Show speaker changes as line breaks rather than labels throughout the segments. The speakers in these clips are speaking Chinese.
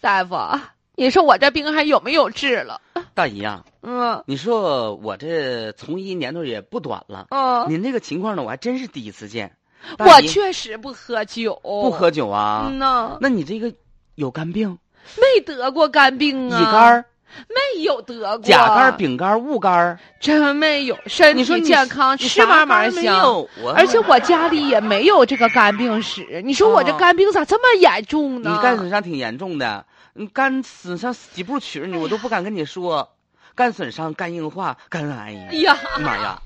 大夫，你说我这病还有没有治了？
大姨呀、
嗯
你说我这从医年头也不短了，
嗯，
您这个情况呢，我还真是第一次见。大
我
姨
确实不喝酒，
不
不
喝酒啊？
嗯呐，
那你这个有肝病，
没得过肝病
乙
啊，
肝儿、
没有得过，
甲肝儿、丙肝儿、戊肝儿，
真没有，身
你说
体
你
健康，
你
吃
啥
嘛
肝
嘛
儿没
香。
有啊？
而且我家里也没有这个肝病史，你说我这
哦
肝病咋这么严重
你
呢？
肝损伤挺严重的，你肝损伤几部曲儿你我都不敢跟你说，肝损伤、肝硬化、肝癌。
哎呀，
妈呀！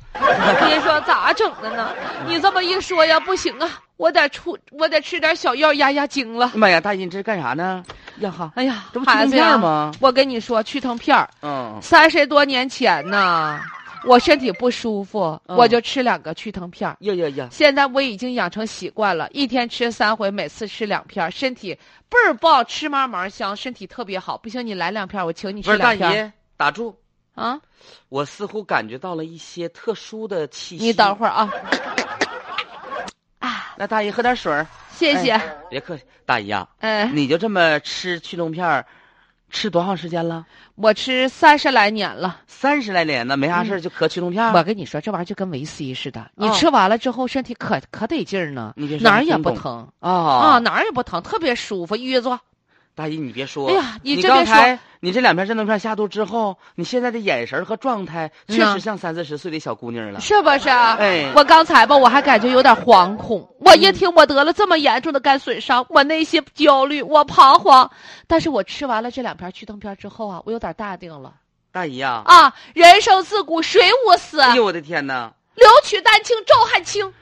你说咋整的呢？你这么一说呀，不行啊，我得出，我得吃点小药压压惊了。
妈呀，大姨，你这干啥呢？呀哈，
哎呀
这不，
孩
去
子
面
呀，
吗？
我跟你说，去疼片儿，
嗯，
三十多年前呐，我身体不舒服，
嗯
我就吃两个去疼片儿。
呀呀呀！
现在我已经养成习惯了，一天吃三回，每次吃两片儿，身体倍儿棒，吃嘛嘛香，身体特别好。不行，你来两片儿，我请你
不
吃
是大
两片儿
姨，打住！
啊！
我似乎感觉到了一些特殊的气息。
你等
儿，
会儿啊啊！
那大姨喝点水儿。
谢谢，
别客气，大姨啊，
哎，
你就这么吃驱动片儿，吃多长时间了？
我吃三十来年了。
三十来年了，没啥
嗯
事儿就咳驱动片儿。
我跟你说，这玩意儿就跟维 C 似的，你
哦
吃完了之后，身体可可得劲儿呢，
你别说
哪
还
儿也
真
不
懂
疼啊，
啊！
哪儿也不疼，特别舒服。一坐，
大姨，你别说，
哎呀，你真
刚
别说，
才你这两片镇痛片下肚之后，你现在的眼神和状态
嗯
确
呐
实像三四十岁的小姑娘了。
是不是啊？
哎，
我刚才吧，我还感觉有点惶恐。我一听我得了这么严重的肝损伤，我内心焦虑，我彷徨。但是我吃完了这两片祛疼片之后啊，我有点淡定了
大姨啊，
啊。人生自古谁无死，
哎呦我的天哪！
留取丹青照汗青。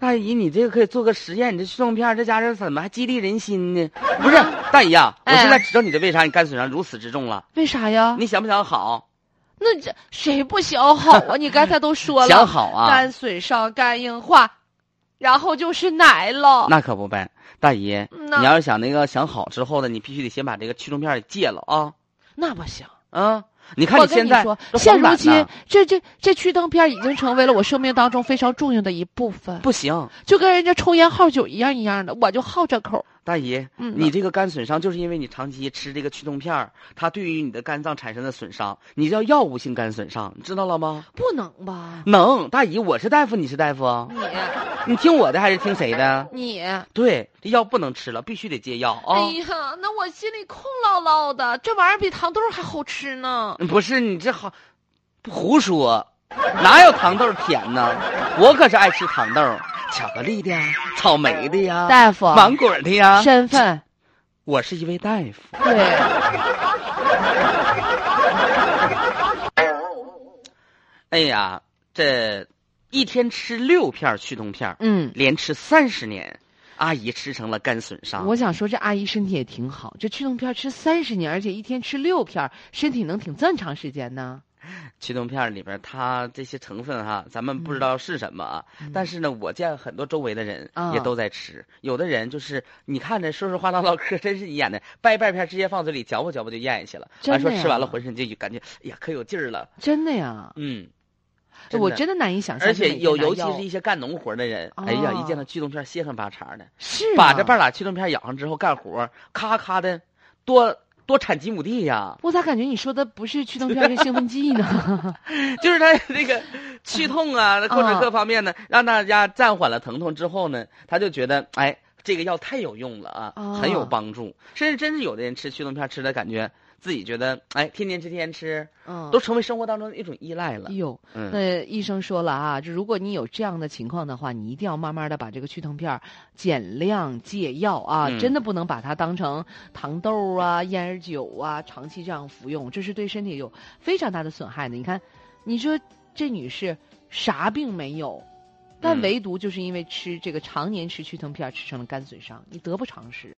大姨，你这个可以做个实验，你这驱动片儿这家伙怎么还激励人心呢？ 不是，大姨啊，我
哎
现在知道你的为啥你肝损伤如此之重了。
为啥呀？
你想不想好？
那这谁不想好啊？你刚才都说
想
了，
好啊？
肝损伤、肝硬化，然后就是奶酪。
那可不呗，大姨，
嗯
你
呐，
要是想那个想好之后呢，你必须得先把这个驱动片儿给戒了啊
那不行。
啊！你看
我跟
现
你
在
说，
这
现
黄
如
疸
今
呢
这这这祛疼片已经成为了我生命当中非常重要的一部分，
不行，
就跟人家抽烟好酒一样一样的，我就好这口。
大姨，
嗯呐，
你这个肝损伤就是因为你长期吃这个驱动片儿，它对于你的肝脏产生的损伤，你叫药物性肝损伤，你知道了吗？
不能吧？
能，大姨，我是大夫，你是大夫啊，你听我的还是听谁的？
你你，
对，这药不能吃了，必须得戒药啊。
哎呀，那我心里空落落的，这玩意儿比糖豆还好吃呢。
不是你这好，胡说，哪有糖豆甜呢？我可是爱吃糖豆，巧克力的呀，草莓的呀，
大夫，
芒果的呀。
身份
我是一位大夫，
啊 对。
哎呀，这一天吃六片儿驱动片儿，
嗯，
连吃三十年，阿姨吃成了肝损伤。
我想说这阿姨身体也挺好，这驱动片吃三十年，而且一天吃六片，身体能挺这么长时间呢？
驱动片儿里边儿它这些成分哈，咱们不知
嗯
道是什么啊。但是呢，我见很多周围的人
啊
也都在吃，有的人就是你看着说说话唠唠嗑，真是你演的，掰一掰片儿直接放嘴里，嚼吧嚼吧就咽下去了。
真
完
的
说吃完了
呀
浑身就有感觉，哎呀可有劲儿了。
真的呀，
嗯，
哎我
的
真的难以想象。
而且有尤其是一些干农活儿的人，哎呀，一见
啊
到驱动片儿歇上拔茬儿的，
是啊
把这半
儿，
拉驱动片儿咬上之后干活儿，咔咔的多多产几亩地呀。
我咋感觉你说的不是驱动片，是兴奋剂呢？
就是他那个去痛啊，或者各方面呢，让大家暂缓了疼痛之后呢，他就觉得哎，这个药太有用了啊，
哦
很有帮助。甚至真是有的人吃驱动片吃的感觉，自己觉得哎，天天吃天天吃，
嗯，
都成为生活当中的一种依赖了
哎。呦，
嗯，
那医生说了啊，就如果你有这样的情况的话，你一定要慢慢的把这个去疼片儿减量戒药啊，
嗯
真的不能把它当成糖豆啊、烟儿酒啊长期这样服用，这是对身体有非常大的损害的。你看，你说这女士啥病没有，但
嗯
唯独就是因为吃这个常年吃去疼片儿吃成了肝损伤，你得不偿失。